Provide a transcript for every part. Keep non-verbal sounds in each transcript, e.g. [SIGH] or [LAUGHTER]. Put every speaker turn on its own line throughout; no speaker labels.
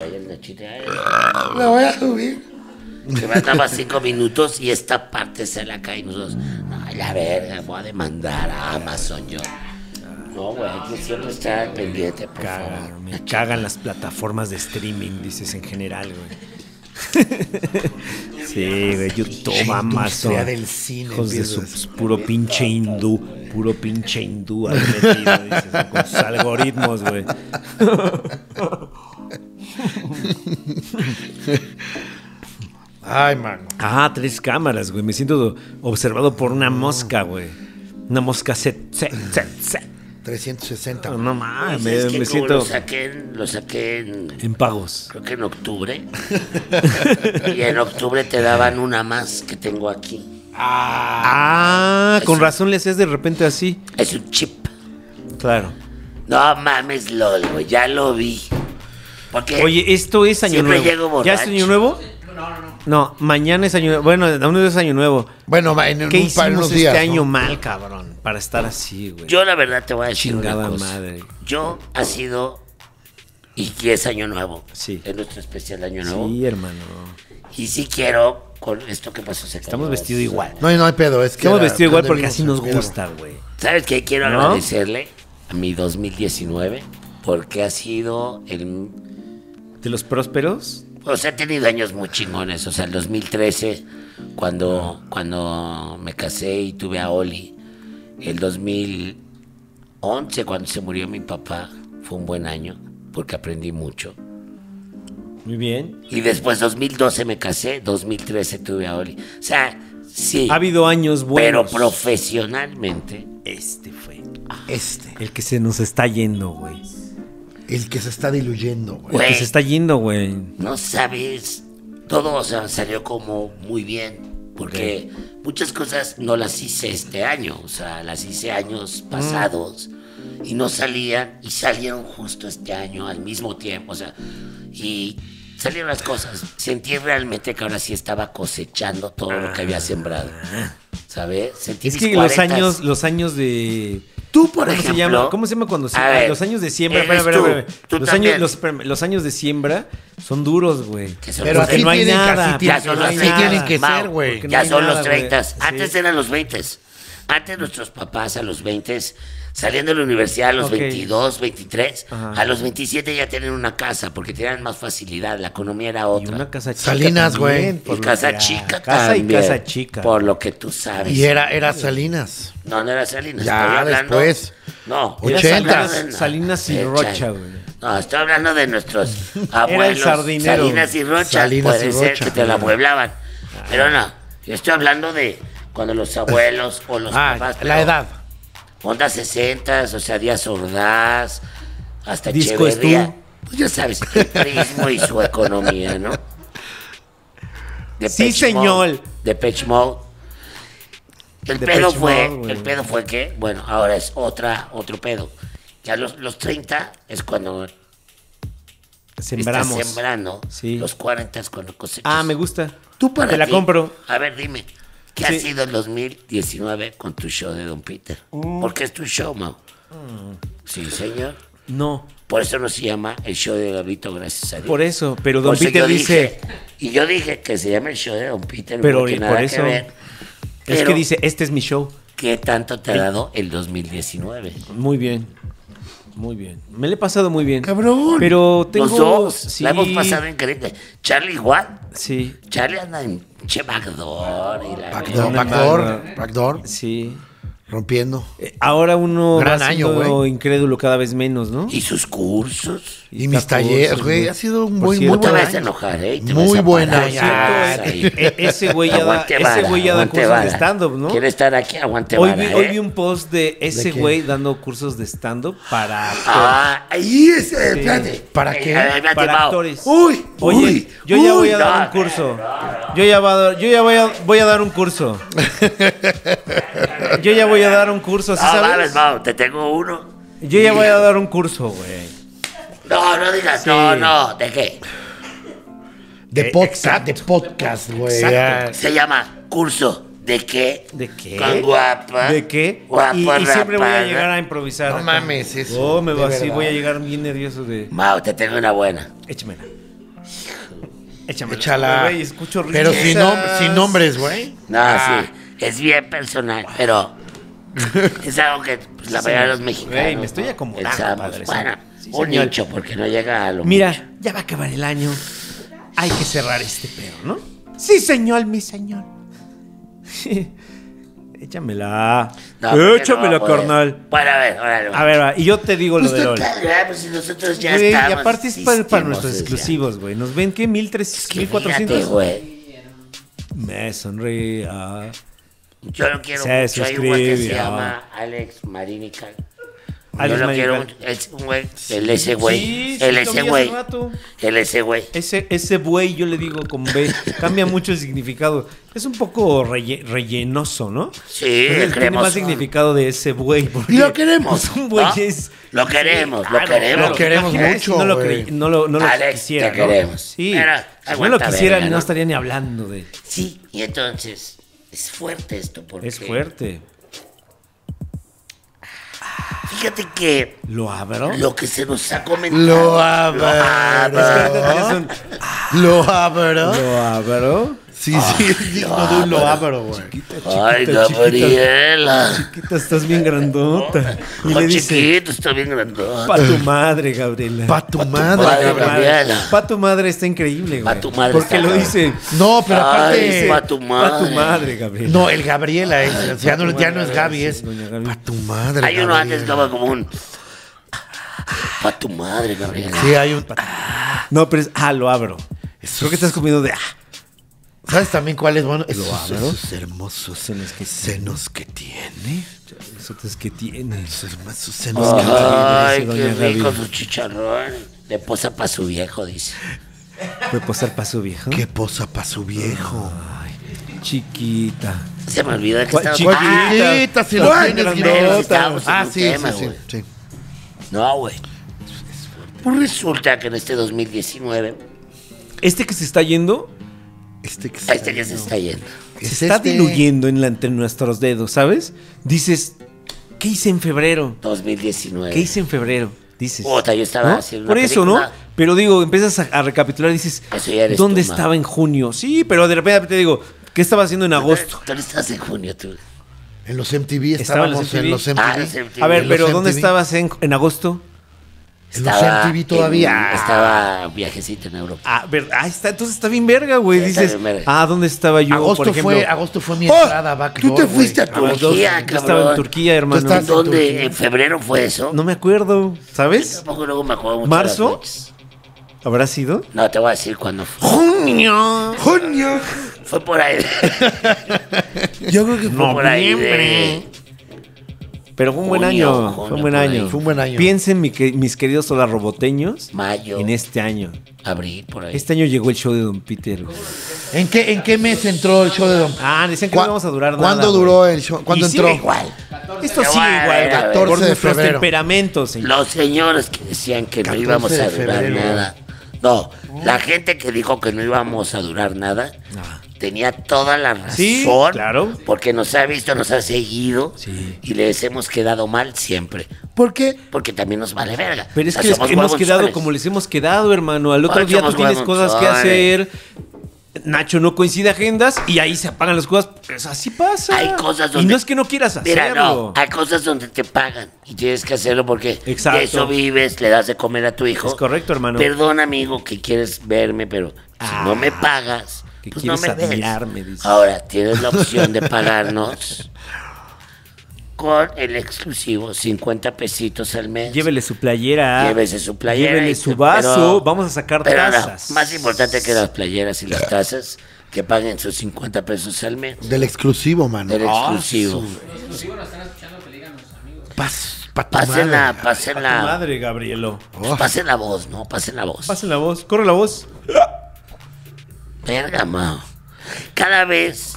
Oyendo chiste, ay,
La voy a subir.
que faltaba cinco minutos y esta parte se la cae y nosotros. Ay, la verga, voy a demandar a Amazon yo. No, güey, hay que siempre estar al pendiente, por favor.
Cagan, me cagan las plataformas de streaming, dices en general, güey. sí, güey, YouTube,
Pinche
Amazon.
industria del cine,
Hijos de su
empiezas.
puro pinche hindú, puro pinche hindú ahí metido, dices, ¿no? con sus algoritmos, güey.
Ay, mano.
Ah, tres cámaras, güey. Me siento observado por una mosca, güey. Una mosca set, set, set, set.
360.
No mames, Ah, me,
Pues, Es que como
siento
Lo saqué, en- lo saqué en-
en pagos.
creo que en
[LAUGHS]
octubre. y en octubre te daban una más que tengo aquí.
Ah, con razón le hacías de repente así.
Es un chip.
Claro.
No mames, LOL, güey, ya lo vi. Porque
Oye, esto es año
Siempre
nuevo.
llego borracho.
¿Ya es año nuevo? No, mañana es año nuevo. Bueno, aún no es año nuevo.
Bueno, ma, en, en
¿Qué
un par- en
hicimos
unos
este
días. ¿no?
año mal, cabrón? Para estar así, güey.
yo la verdad te voy a decir
Chingada
una cosa.
madre.
Yo ha sido y que es año nuevo.
Sí.
Es nuestro especial año nuevo.
Sí, hermano.
Y sí quiero con esto que pasó sexta.
Estamos vestidos igual.
No, y no hay pedo. Es que
Estamos
era-
vestidos igual porque
pandemia
así
nos
nos
supieron.
gusta, güey.
¿Sabes qué? Quiero
¿No?
agradecerle a mi 2019 porque ha sido el
¿De los prósperos?
O sea, he tenido años muy chingones. O sea, el 2013, cuando, cuando me casé y tuve a Oli. El 2011, cuando se murió mi papá, fue un buen año porque aprendí mucho.
Muy bien.
Y después, 2012 me casé, 2013 tuve a Oli. O sea, sí,
Ha habido años
pero
buenos.
profesionalmente.
Este fue.
Este.
El que se nos está yendo, güey.
El que se está diluyendo, güey.
Güey.
El que se está yendo, güey.
No sabes, todo o sea, salió como muy bien, porque muchas cosas no las hice este año, o sea, las hice años
Mm.
pasados y no salían y salieron justo este año al mismo tiempo, o sea, y salieron las cosas. Sentí realmente que ahora sí estaba cosechando todo lo que había sembrado. ¿Sabes? Sentí
Ah. Es
mis
que los
40s.
años, los años de.
Tú, por
¿Cómo
ejemplo.
se llama? ¿Cómo se llama cuando se
A
ah,
ver,
Los años de siembra.
eres
espera, espera,
tú,
espera, espera.
tú
Los, años,
también.
los, espérame, los años de siembra son duros, güey.
Que son
Pero
los
así
no hay
tienen, que-
nada,
así tienen,
ya son
así
los 30.
tienen que
Mau,
ser, güey.
porque no
ya
hay
son
nada,
los
güey.
30.
Sí.
Antes eran los 20. Antes nuestros papás a los 20, saliendo de la universidad a los
Ok.
22, 23,
Ajá.
a los 27 ya tenían una casa porque tenían más facilidad, la economía era otra.
Y una casa chica.
Salinas,
también,
güey.
por
Y
lo
casa
que-
chica
Casa y
también,
casa chica.
Por lo que tú sabes.
Y era, era Salinas.
No, no era Salinas.
Ya,
estoy hablando-
después.
No,
Era
Salinas-
Salinas- Salinas y
Eh,
Rocha,
chale.
güey.
No, estoy hablando de
[LAUGHS]
nuestros abuelos.
sardinero.
Salinas y Rocha.
Salinas
Puede
y
ser
Rocha.
que te la pueblaban. Pero no, yo estoy hablando de cuando
[LAUGHS]
los abuelos o los
Ah,
papás.
la
pero
edad.
Onda 60, o sea, Díaz Ordaz, hasta
Disco
Echeverría.
Stu.
Pues ya sabes, el prismo y su economía, ¿no? De
Sí, señor.
De Pitch Mode. El
Depeche
pedo fue,
Mode, güey.
el pedo fue que, bueno, ahora es otra, otro pedo. Ya los, los 30 es cuando
Sembramos.
estás sembrando,
Sí.
los 40 es cuando cosechas.
Ah, me gusta.
Tú para
Te la
ti.
compro.
A ver, dime, ¿qué
Sí.
ha sido el 2019 con tu show de Don Peter?
Mm.
Porque es tu show, Mau. Sí, señor.
No,
Por eso no se llama el show de Gabito, gracias a Dios.
por eso. Pero
Por
Don
eso
Peter
yo
dice.
dije- y yo dije que se llama el show de Don Peter,
Pero
pero porque
y
nada
por eso.
que ver.
Es
Pero,
que dice, Eh. este es mi show.
¿Qué tanto te ha dado el 2019?
Muy bien. Muy bien. Me lo he pasado muy bien.
Cabrón.
Pero tengo.
Los dos,
sí,
la hemos pasado increíble. Charlie igual,
Sí.
Charlie anda en Che Backdoor y la
Backdoor,
Una
backdoor,
mano.
backdoor,
Sí.
rompiendo.
Eh, Ahora uno
Gran
va
año,
siendo
güey.
incrédulo cada vez menos, ¿no?
y sus cursos.
Y mis talleres, güey, ha sido un buen- muy
No te
buen
vas a
año.
enojar, ¿eh? Y te
Muy
vas a
buen
parar,
año.
ya,
Por
ahí.
E- ese güey ya da,
Aguante
ese
vara,
güey ya da
aguante
cursos de
vara.
stand-up, ¿no?
Quiere estar aquí, aguante
Hoy vi,
vara,
hoy
¿eh?
vi un post de ese
¿De qué?
güey dando cursos de stand-up para
Ah, ahí es, eh, espérate.
¿Para
Eh,
qué?
eh, espérate,
para
Mau. Uh,
actores.
Uy,
Oye,
uy,
yo ya voy a
no,
dar un
no,
curso. Yo ya, va a dar- yo ya voy, a, voy a dar
[LAUGHS]
un curso. Yo ya voy a dar un curso, ¿sí
No, mames,
sabes?
Mau, te tengo uno.
Yo ya voy a dar un curso, güey.
No, no digas, no, no, ¿de qué?
De
Eh,
podcast, de podcast, güey.
Exacto.
Se llama curso de qué.
¿De qué?
Con guapa.
¿De qué?
Guapa,
y, y siempre voy a
rapada.
llegar a improvisar.
No
acá.
mames, eso,
Oh, me
de
va así,
verdad.
voy a llegar bien nervioso de.
Mau, te tengo una buena.
Échamela. Échamela.
Échala.
Güey, escucho
Pero
risas.
sin, nom- sin nombres, güey.
No,
Ah.
sí, es bien personal,
[LAUGHS]
pero es algo que pues, la mayoría de los mexicanos.
Güey, me estoy
¿no?
acomodando,
pensamos,
padre, sí.
bueno,
Sí,
un
señor.
nicho, porque no llega a lo.
Mira, ya va a acabar el año. Hay que cerrar este pedo, ¿no? Sí, señor, mi señor. [LAUGHS] Échamela.
No, porque no va a
Échamela,
poder.
carnal.
Bueno, a ver, órale,
A ver, va, y yo te digo lo
Pues
de LOL.
total, ¿verdad? Pues si nosotros ya
Güey, y
estamos.
aparte es para, para nuestros
existimos,
exclusivos, güey. Nos ven, ¿qué?
ya.
¿1300?
Que fíjate,
¿1400?
güey.
Me sonría.
Yo lo quiero
Se
mucho. Hay un güey que se
suscribió.
llama Alex Marinical. Yo
Alex
lo quiero
Marinical.
mucho. Es un güey. El ese güey.
Sí, sí,
el
lo vi
ese
hace
güey.
rato.
El ese güey.
Ese, ese buey, yo le digo con B, cambia mucho el significado. Es un poco relle- rellenoso, ¿no?
Sí,
Pero él Tiene
creemos.
más significado de ese buey. porque
Y lo queremos,
es [LAUGHS] Un buey
¿no?
es.
Lo queremos,
Sí,
lo
claro,
queremos.
claro.
Lo queremos
Imagínate si
mucho,
No lo,
güey.
cre- no lo, no lo
Alex,
quisiera.
te
¿no?
queremos.
Sí.
Era-
si no lo
aguanta
quisiera,
verga,
no
¿no?
estaría ni hablando de.
Sí, y entonces es fuerte esto porque
Es fuerte.
Fíjate que
¿Lo abro?
lo que se nos ha comentado.
Ah, Lo abro.
[LAUGHS] Es un-
Lo
¿Ah?
abro.
¿Lo abro?
Sí, sí, es digno de un lo abro, güey.
Ay,
Chiquita,
Gabriela.
Chiquita, estás bien grandota. Y
Oh,
le dice,
chiquito, está bien grandote.
pa' tu madre, Gabriela.
Pa' tu madre,
madre,
cabrón.
Gabriel. Gabriela.
Pa' tu madre está increíble, güey.
Pa' tu madre
Porque
está
lo
cabrón.
dice.
No,
Ay,
pero aparte.
sí, pa' tu
Pa' tu
madre.
madre, Gabriel.
No, el Gabriela es. o sea, ya, no, ya no es Gaby, es.
Doña Gaby.
Pa' tu madre.
Hay uno antes que
Gabriela.
va como un. Pa' tu madre, Gabriela.
Sí, hay un.
No, pero es. Ah, lo abro. Creo que estás comiendo de. Ah.
¿Sabes también cuál es bueno? Esos,
abro.
esos hermosos
Senos que-
senos que tiene.
Eso es que tienes.
Esos hermosos senos que tiene.
Ay,
dice
qué
doña Gaby.
rico su chicharrón. De posa pa' su viejo, dice.
Reposar para su viejo.
Qué posa pa' su viejo.
Chiquita.
Se me olvidó de que
¿Cuál
estaba.
chiquita?
Ah,
Chiquita, si lo
Cuán
tienes,
grandota.
Guillermo. Ah,
Estamos en
sí,
un tema,
sí, sí,
güey.
sí.
Ah, No, güey. Pues resulta que en este 2019,
Este que se está yendo
Este que
este que se está yendo.
se
Es
está
este.
diluyendo en la- entre nuestros dedos, ¿sabes? Dices, ¿qué hice en febrero?
2019.
¿Qué hice en febrero? Dices.
Eh. Puta, yo estaba
¿no?
haciendo una
Por eso, ¿no?
película.
Pero digo, empiezas a, a recapitular y dices,
Eso ya eres
¿dónde
tú, ma.
estaba en junio? Sí, pero de repente te digo, ¿qué estaba haciendo en agosto?
Tú no estás en junio, tú.
En los MTV
Estaba en los
estábamos en los MTV.
MTV.
Ah, los MTV.
A ver,
En los
pero ¿dónde
MTV.
estabas en, en agosto?
En los MTV todavía.
en- estaba viajecito en Europa.
Ah, ver, ahí está, entonces está bien verga, güey.
Sí, está
Dices,
bien verga.
ah, ¿dónde estaba yo,
agosto,
por ejemplo?
fue, agosto fue mi
¡Oh!
entrada backdoor,
Tú te
güey.
fuiste a
Agosto, yo
Turquía, cabrón.
estaba en Turquía, hermano.
estás-
¿Dónde? ¿En febrero fue eso?
No me acuerdo, ¿sabes?
Tampoco luego me acuerdo mucho.
¿Marzo?
de las fechas.
¿Habrá sido?
No, te voy a decir cuándo fue.
¡Junio!
¡Junio!
Fue por
[LAUGHS]
ahí.
Yo creo que fue
fue por ahí. de-
Pero fue un buen
Junio,
año.
junio,
fue un buen
por
año.
ahí.
Fue un buen año.
Piensen, mi que- mis queridos roboteños,
Mayo.
en este año.
Abril, por ahí.
Este año llegó el show de Don Peter. güey.
¿En qué, ¿En qué mes entró el show de Don
Ah, decían que no
¿Cuá-
íbamos a durar nada.
¿Cuándo
güey.
duró el show? ¿Cuándo
Y sigue
entró?
Igual.
Esto
Pero
sigue
bueno, a
igual.
ver, a
güey,
ver.
por
14 de
nuestros
febrero.
temperamentos, señor.
Los señores que decían que no
14
íbamos a
de
durar
febrero.
nada. No, la gente que dijo que no íbamos a durar nada
Ah.
tenía toda la razón.
Sí, claro.
Porque nos ha visto, nos ha seguido
Sí.
y les hemos quedado mal siempre. ¿Por qué? Porque también nos vale verga.
Pero
O
es
sea,
que les-
somos
hemos
huevonzones.
quedado como les hemos quedado, hermano. Al otro
Ay,
día tú
somos
tienes cosas que
huevonzones.
hacer. Nacho no coincide agendas y ahí se apagan las cosas. Pues así pasa.
Hay cosas
Y
donde.
no es que no quieras hacerlo.
Mira, no. Hay cosas donde te pagan y tienes que hacerlo porque
Exacto.
de eso vives, le das de comer a tu hijo.
Es correcto, hermano.
Perdón, amigo, que quieres verme, pero
Ah,
si no me pagas,
que
pues no me
quieres
ves.
admirarme, dices.
Ahora tienes la opción
[LAUGHS]
de pagarnos con el exclusivo 50 pesitos al mes.
Llévele su playera.
Llévese su playera.
Llévele
y-
su vaso.
pero-
Vamos a sacar
pero ahora,
tazas.
más importante que las playeras y las tazas, que paguen sus 50 pesos al mes.
Del exclusivo, mano.
Del
Ah,
exclusivo.
Pas, pa' tu
Pasen la,
madre.
pasen
A tu
la,
madre, Gabrielo.
Oh.
pasen la voz, ¿no? Pasen la voz.
Pasen la voz. Corre la voz.
Verga, mao. Cada vez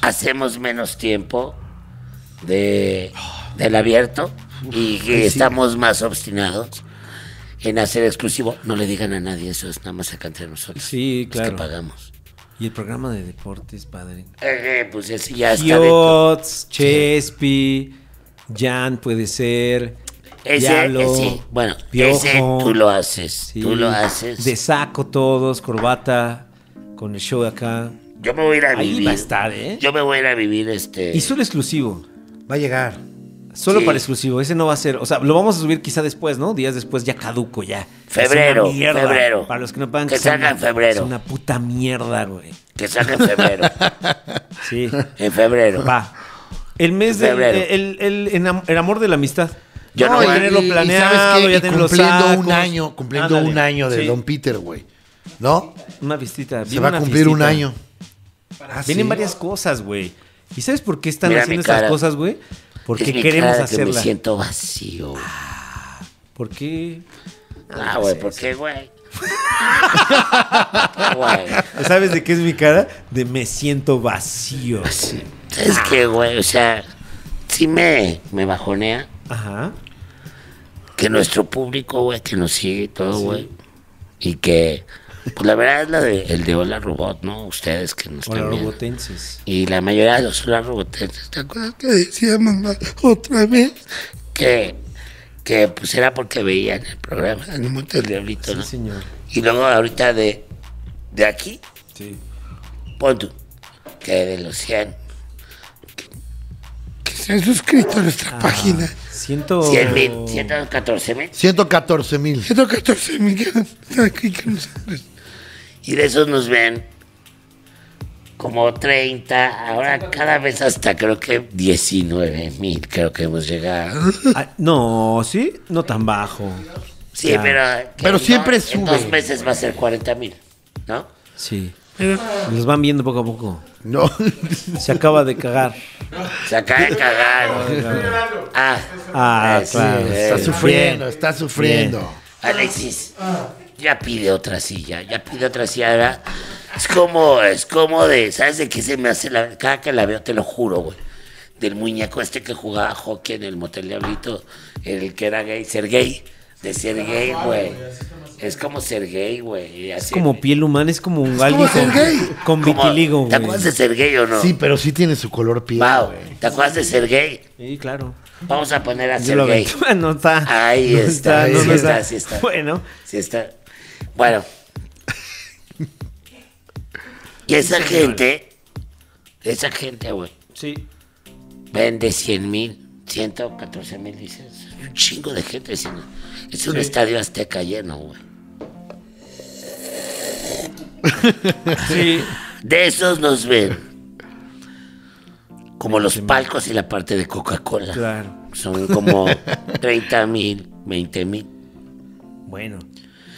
hacemos menos tiempo de, del abierto y que estamos más obstinados en hacer exclusivo. No le digan a nadie eso, es nada más acá entre nosotros.
Sí,
Los
claro.
que pagamos.
Y el programa de deportes, padre.
Eh, eh, pues ese ya está de todo.
Yots, Chespi, Jan puede ser.
Ese,
Diablo,
ese, bueno,
Piojo.
ese tú lo haces,
Sí.
tú lo haces.
De saco todos, corbata, con el show de acá.
Yo me voy a ir a
Ahí
vivir.
va a estar, ¿eh?
Yo me voy a ir a vivir este.
Y solo exclusivo.
Va a llegar.
Solo
Sí.
para exclusivo. Ese no va a ser. O sea, lo vamos a subir quizá después, ¿no? Días después, ya caduco, ya.
Febrero,
Es una mierda.
febrero.
Para los que no pagan
Que
sea
salga
una-
en febrero.
Es una puta mierda, güey.
Que salga en
[LAUGHS]
febrero.
Sí.
en febrero.
va. El mes de. eh,
Febrero.
El, el- el enam- el amor de la amistad.
Yo no
ya
voy a-
tenerlo
y- y
planeado,
¿sabes qué?
ya
Y
tener los
cumpliendo un
sacos.
año, cumpliendo
Ándale.
un año de
Sí,
Don Peter, güey. ¿No?
Una visita.
Se
viene
va a
una
cumplir un
fiestita.
año. Ah,
Vienen
sí.
varias cosas, güey. ¿Y sabes por qué están
Mira mi
haciendo estas
cara.
cosas, güey? Porque
Es mi
queremos Ah,
cara que me
hacerlas.
siento vacío.
¿Por qué?
Ah, güey, ¿por qué,
[LAUGHS]
güey? Güey.
¿Sabes de qué es mi cara? De me siento vacío.
Es que, güey, o sea, sí me, me bajonea
Ajá.
que nuestro público, güey, que nos sigue y todo, güey. Y que, pues la verdad es la de, el de Hola Robot, ¿no? Ustedes que nos
Hola,
están viendo.
robotenses.
Y la mayoría de los Hola Robotenses, ¿te acuerdas que decía mamá otra vez? Que, que pues era porque veían el programa, el mundo del diablito,
Sí,
¿no?
señor.
Y luego ahorita de, de aquí,
Sí.
pon tú, que de los 100. Que, que se han suscrito a nuestra
Ah.
página.
Siento.
100
Oh.
mil, 114 mil.
114 mil.
114 mil que están aquí con nosotros. Y de esos nos ven como 30, ahora cada vez hasta creo que 19 mil, creo que hemos llegado.
Ah, no, sí, no tan bajo.
Sí,
Ya.
pero... que
Pero
en
siempre
dos- en
sube.
dos meses va a ser 40 mil, ¿no?
Sí. Los van viendo poco a poco. [LAUGHS]
No.
Se acaba de
[LAUGHS]
cagar.
Se acaba de cagar. Ah,
Ah,
sí,
claro.
eh.
Está
Bien.
sufriendo, está sufriendo.
Alexis, ya pide otra silla, ya pide otra silla. ¿verdad? Es como, es como de, ¿sabes de qué se me hace la cada que la veo? Te lo juro, güey. Del muñeco este que jugaba hockey en el motel Diablito, el que era gay, Sergey, de Sergey, Ah, güey. Es como Sergey, güey. y
Es
así,
como
güey.
piel humana, es como un galgo
ser gay.
con, con
Como-
vitiligo,
¿Te
güey.
acuerdas de Sergey o no?
Sí, pero sí tiene su color piel.
Mau,
güey.
¿te acuerdas de Sergey?
Sí, claro.
Vamos a poner a
Yo lo [LAUGHS]
Sergey.
aventaba, no está.
Ahí
No
está,
no,
sí
no
está, sí está.
Bueno,
Sí está. Bueno. Y esa gente, esa gente, güey,
sí.
vende 100 mil, 114 mil, dices. Es un chingo de gente. sí, ¿no? Es un estadio azteca lleno, güey. [LAUGHS]
Sí.
De esos nos ven. Como los palcos y la parte de Coca-Cola.
Claro.
Son como 30 mil, 20 mil.
Bueno.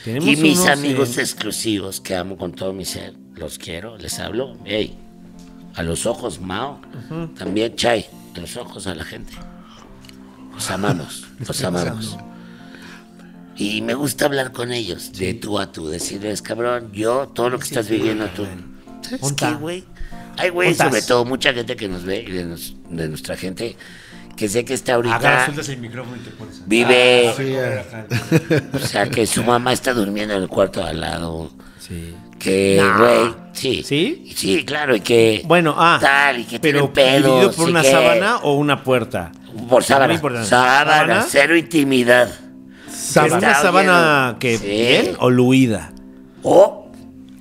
Tenemos
Y mis
unos,
amigos
eh,
exclusivos que amo con todo mi ser, los quiero, les hablo. Hey, a los ojos, Mao. También Chay, a los ojos a la gente. Los amamos, los amamos. Y me gusta hablar con ellos, de tú a tú, decirles, cabrón, yo, todo lo que estás viviendo tú. ¿Sabes
Ponta.
qué, güey? Hay, güey,
Pontas.
sobre todo, mucha gente que nos ve, y de, nos- de nuestra gente, que sé que está
agarras, Ah,
ahorita,
sueltas el micrófono y te pones. a-
vive,
Ajá.
o sea, que su mamá está durmiendo en el cuarto de al lado.
Sí.
Que, güey, sí.
¿Sí?
Sí, claro, y que.
Bueno, ah.
Tal, y que
pero
tienen pedos,
dividido por
y
una
que-
sábana o una puerta.
Por
Muy
sábana.
importante.
Sábana,
Sábana.
cero intimidad.
Pero
Sábana.
Está
una sábana
oyendo.
que
Sí.
bien o luida.
O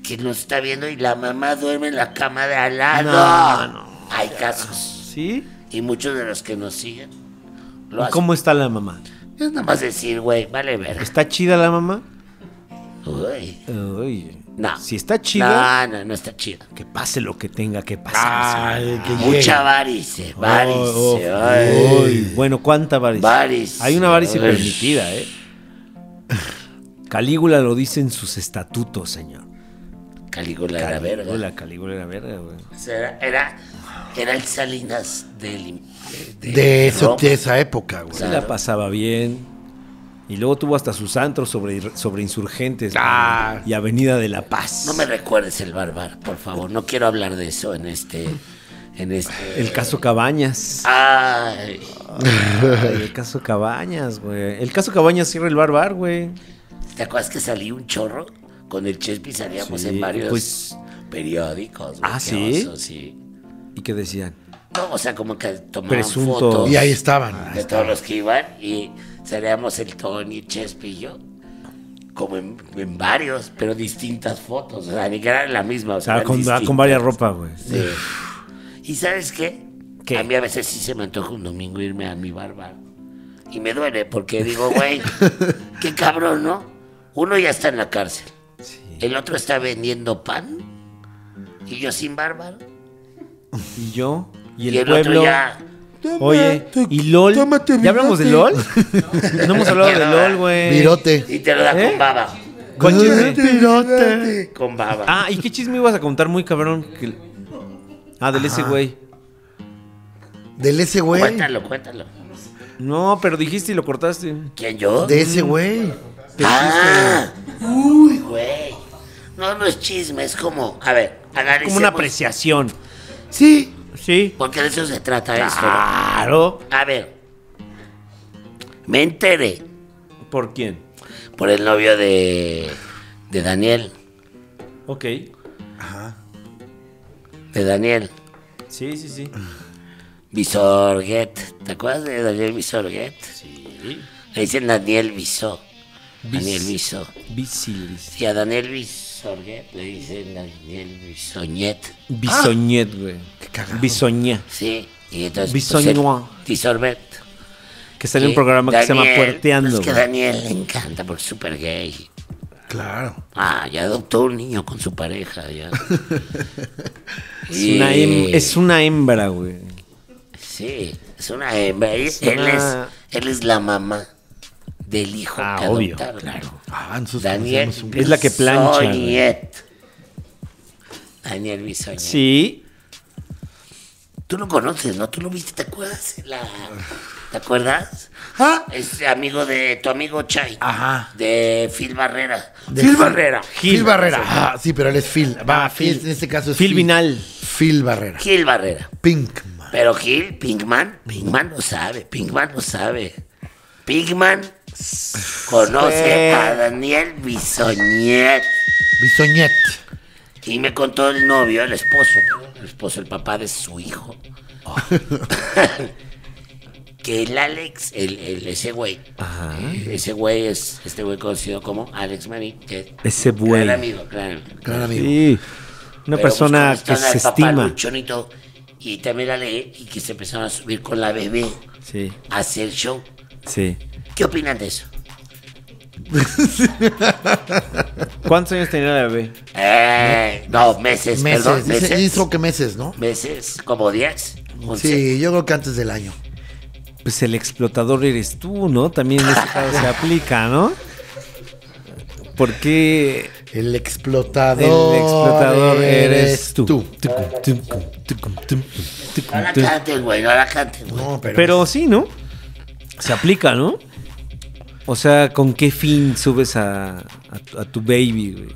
que nos está viendo y la mamá duerme en la cama de al lado.
No, no.
Hay casos.
¿Sí?
Y muchos de los que nos siguen lo
¿Y
hacen.
cómo está la mamá?
Es nada más decir, güey, vale ver.
¿Está chida la mamá?
Uy,
Uy.
No.
Si está chida,
No, no, no está chido.
que pase lo que tenga que pasar.
Ay, que
Mucha varice, varice.
Oh, oh.
ay.
Uy, bueno, ¿cuánta varice?
Varice.
Hay una varice
Uy.
permitida, ¿eh? [LAUGHS] Calígula lo dice en sus estatutos, señor.
Calígula de la verga.
Calígula, Calígula era verga, güey.
O sea, Era, era, era el Salinas del, de,
De, eso,
Roma.
de esa época, güey.
Se la pasaba bien. Y luego tuvo hasta sus antros sobre, sobre insurgentes
Ah.
y Avenida de la Paz.
No me recuerdes el barbar, por favor. No quiero hablar de eso en este. En este.
El caso Cabañas.
Ay,
Ay, el caso Cabañas, güey. El caso Cabañas cierra el barbar, güey.
¿Te acuerdas que salí un chorro? Con el Chespi salíamos
Sí,
en varios
pues-
periódicos. güey,
Ah,
qué
¿sí?
oso, sí.
¿Y qué decían?
no, o sea, como que tomaban
Presunto.
fotos
Y ahí estaban.
de todos los que iban y salíamos el Tony, Chespi y yo, como en, en varios, pero distintas fotos, o sea, ni que eran la misma, o sea,
Ah,
eran
con, ah,
distintas.
con varias ropas, güey.
Sí. ¿Y sabes qué?
¿Qué?
A mí a veces sí se me antoja un domingo irme a mi barba. Y me duele porque digo, güey, qué cabrón, ¿no? Uno ya está en la cárcel. El otro está vendiendo pan. Y yo sin barba.
Y yo, y
Y
el,
el,
pueblo.
otro ya.
Oye, y LOL.
Tómate,
¿Ya hablamos de LOL? [LAUGHS] No hemos hablado de
Ya,
LOL, güey.
Virote.
Y te lo da
¿Eh?
con baba.
¿Cuál chisme?
Virote.
Con baba.
Ah, ¿y qué chisme ibas a contar muy cabrón? Que- Ah, del ese güey.
Del ese güey.
cuéntalo, cuéntalo.
No, pero dijiste y lo cortaste.
¿Quién yo?
De ese güey.
ah, uy, güey. No, no es chisme, es como. A ver, analicemos.
Como una apreciación.
Sí.
Sí.
Porque de eso se trata esto.
Ah. Claro.
A ver. Me enteré
¿Por quién?
por el novio de, de Daniel.
Ok.
De Daniel
Sí, sí, sí.
Visorguet. ¿Te acuerdas de Daniel Visorguet?
Sí.
Le dicen Daniel Visó.
Vis-
Daniel Visó.
Bisilis.
Y a Daniel Visorguet le dicen Daniel Bisoñet.
Bisoñet, güey.
Qué cagado.
Bisoñé.
Sí. Y entonces.
Bisoñois.
él- Visorguet.
Que sale
Sí,
en un programa que se llama
Daniel,
Puerteando.
Es que
güey.
Daniel le encanta porque es súper gay.
Claro.
Ah, ya adoptó un niño con su pareja. Ya.
[LAUGHS] Es una, hem- es una hembra, güey.
Sí, es una hembra. Él, él
una-
es, él es la mamá del hijo
Ah,
que
obvio,
adoptaron. pues,
claro.
Ah, nosotros
Daniel
conocemos un-
Es la que plancha, güey.
Bisoñet. Daniel Bisoñet.
Sí.
Tú lo conoces, ¿no? Tú lo viste, ¿te acuerdas? La- ¿Te acuerdas?
Ah,
Es amigo de tu amigo Chay.
Ah.
Ajá.
De Phil Barrera.
De
Phil
Phil-
Barrera.
Phil,
Gil.
Barrera. Ah, sí, pero él es Phil. Va,
Ah,
Phil.
Phil.
En este caso es
Phil Vinal.
Phil Barrera.
Gil Barrera.
Pinkman.
Pero Gil, Pinkman, Pinkman lo sabe, Pinkman lo sabe. Pinkman conoce
Sí.
a Daniel Bisoñet.
Bisoñet.
Y me contó el novio, el esposo, el esposo, el papá de su
[LAUGHS]
hijo. que el Alex, el, el- ese güey, eh, ese güey es, este güey conocido como Alex Marín, que
Ese
gran
güey.
amigo, gran amigo.
Gran amigo.
Sí. Una
Pero,
persona
pues,
que
conocieron
se
al papá
estima.
luchonito, y también la ley, y que se empezaron a subir con la bebé
Sí,
a hacer show.
sí.
¿Qué opinan de eso?
¿Cuántos años tenía la bebé?
Eh, no, meses,
Meses.
perdón,
Dice,
meses.
dijo que meses, ¿no?
Meses, como 10, 11.
Sí, yo creo que antes del año.
Pues el explotador eres tú, ¿no? También en este caso se aplica, ¿no? Porque
El explotador.
el explotador eres tú.
No la canten, güey, no la canten, güey.
No, pero.
Pero sí, ¿no? Se aplica, ¿no? O sea, ¿con qué fin subes a, a tu- a tu baby, güey?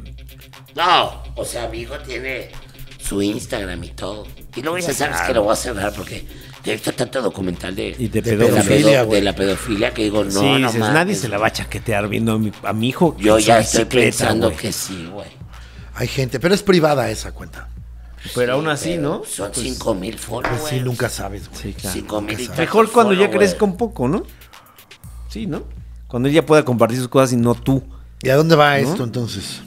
No, o sea, mi hijo tiene su Instagram y todo. Y luego ya sabes que lo voy a cerrar porque he visto tanto documental de,
Y de
de
pedofilia,
la pedo-
güey.
de la pedofilia que digo, no,
sí,
no
dices,
mames.
nadie se la va a chaquetear viendo a mi, a mi hijo.
Yo
en su
ya estoy
bicicleta,
pensando
güey.
que sí, güey.
Hay gente, pero es privada esa cuenta.
Pero aún así, ¿no?
Son cinco mil followers.
Pues sí, nunca sabes, güey.
Sí, claro.
Cinco mil y tantos
Mejor cuando ya
followers.
crezca un poco, ¿no? Sí, ¿no? Cuando ella pueda compartir sus cosas y no tú.
¿Y a dónde va esto entonces?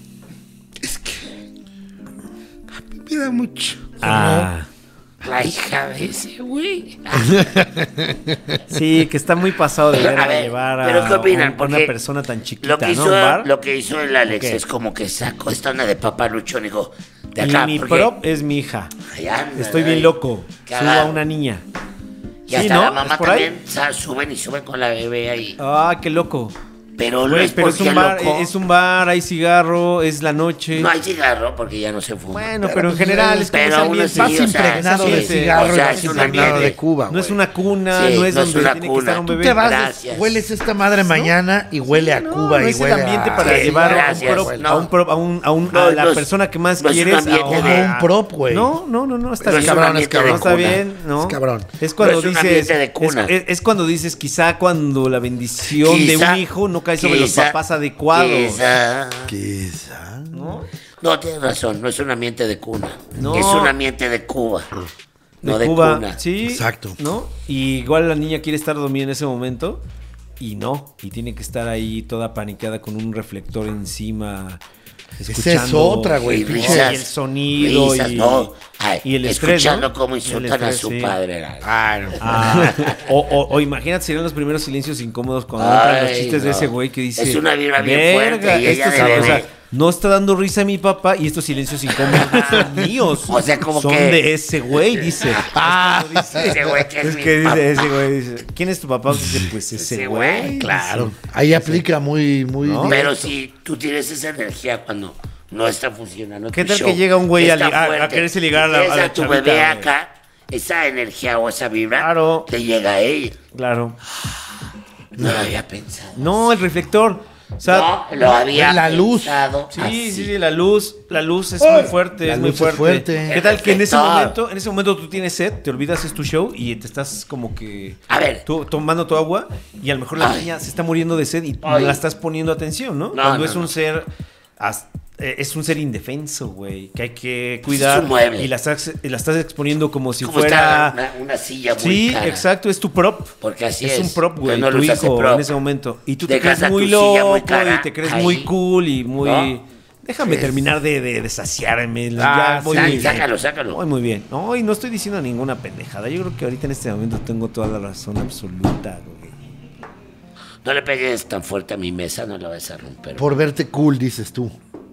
Es que. A mí me da mucho.
Ah.
La hija de ese güey.
Sí, que está muy pasado de
[LAUGHS]
ver
A
a
ver,
llevar a
pero ¿qué opinan?
un- a una
Porque
persona tan chiquita,
Lo que hizo,
¿no? Un bar.
lo que hizo el Alex
Ok.
es como que sacó esta onda de papá luchón y dijo, de
Y
acá,
mi
porque
prop es mi hija.
ahí andan,
Estoy
ahí.
bien loco. Subo
Cagado.
a una niña.
Y hasta
Sí, ¿no?
la
¿Es
mamá
por ahí?
también sa- suben y suben con la bebé ahí.
Ah, qué loco.
Pero no
Güey,
es
pero es
porque
un bar,
loco.
es un bar, hay cigarro, es la noche.
No hay cigarro porque ya no se fuma.
bueno, pero, en general es como
pero
ese
aún
ambiente.
así,
Estás
Sí, o sea,
impregnado
sí,
de
sí,
cigarro
o sea,
y
es
estás
un
impregnado
ambiente.
de Cuba,
No es
güey.
una cuna,
Sí,
no es
no es
donde
una
tiene que
cuna.
estar un
Tú
bebé.
Te vas,
Gracias.
hueles esta madre mañana y huele a
Sí, no,
Cuba
no
y
es el
huele
ambiente
a...
para
Sí,
llevar a un
gracias,
prop-
güey,
a
no.
un prop- a un- a un-
No,
a la
no es-
persona que más
no es un
quieres. a-
ambiente
O
de-
un prop, güey.
No, no, no, no está
No es
bien.
cabrón,
No
es cabrón.
está bien, no.
Es cabrón.
Es
Pero
cuando
es un
dices.
ambiente de cuna.
Es, es cuando dices, quizá cuando la bendición de
Quizá-
un hijo no cae sobre los
quizá-
papás adecuados.
quizá.
Quizá.
¿no?
No, tienes razón, no es un ambiente de cuna.
No. Ah.
Es un ambiente de Cuba. no de,
Cuba.
cuna.
Sí.
Exacto.
¿No? Y igual la niña quiere estar dormida en ese momento y no. Y tiene que estar ahí toda paniqueada con un reflector encima.
es otra, güey,
Y
pinche-
risas,
Y
el sonido
risas,
y-
no. Ay,
y el estrés,
escuchando
¿no?
cómo
Y el
insultan a
estrés,
su
sí.
padre. la-
Ah, no.
Ah, [LAUGHS] o, o- o imagínate, serían los primeros silencios incómodos cuando entran los
Ay,
chistes de
no.
ese güey que dice.
Es una vibra bien fuerte y
esto
ella
sabe",
de
o sea,
bebé.
no está dando risa mi papá y estos silencios incómodos no
[LAUGHS]
son míos.
O sea, como
son
que-
de ese güey, dice.
[LAUGHS]
Ah,
Ese güey que es
es
mi
que
papá.
dice, ese güey dice, ¿quién es tu
[LAUGHS]
papá? Dice, pues ese
Ese
güey.
güey, claro.
Ahí aplica muy, muy.
¿No?
directo.
Pero si tú tienes esa energía cuando no está funcionando.
¿Qué
tu
tal que
show,
llega un güey a
está
li- a- a
fuerte,
quererse ligar a la-
y tienes
a la
tu
chavita,
bebé
güey?
acá, esa energía o esa vibra
Claro.
te llega a ella.
Claro.
No lo había pensado.
No, el reflector. O sea,
no, lo había
la luz.
pensado Ah,
Sí,
así.
sí, sí, la luz, la luz es muy fuerte,
la
es muy
luz es
fuerte.
fuerte.
¿Qué tal que en ese
Perfecto.
momento, en ese momento tú tienes sed, te olvidas es tu show y te estás como que
A ver.
tú tomando tu agua y a lo mejor la
Ay.
niña se está muriendo de sed y no
Ay.
la estás poniendo atención, ¿no?
No,
Cuando
no,
es un
no.
ser as- eh, es un ser indefenso, güey, que hay que
Es
cuidar
un mueble.
y la estás y la estás exponiendo como si
Como
fuera
está una, una silla muy
Sí,
cara.
exacto, es tu prop.
Porque así
un
es,
prop, güey,
que no
tu
lo usas de
hijo
prop.
en ese momento. Y tú te
Dejas
crees
a tu
muy
silla muy
loco
cara
y te crees
ahí.
muy cool y muy...
¿No?
Déjame
Sí.
terminar de, de, de saciarme.
Ah,
voy
sal-
muy bien.
sácalo, sácalo.
Voy muy bien. No, y no estoy diciendo ninguna pendejada. Yo creo que ahorita en este momento tengo toda la razón absoluta, güey.
No le pegues tan fuerte a mi mesa, no la vas a romper.
Por verte cool, dices tú.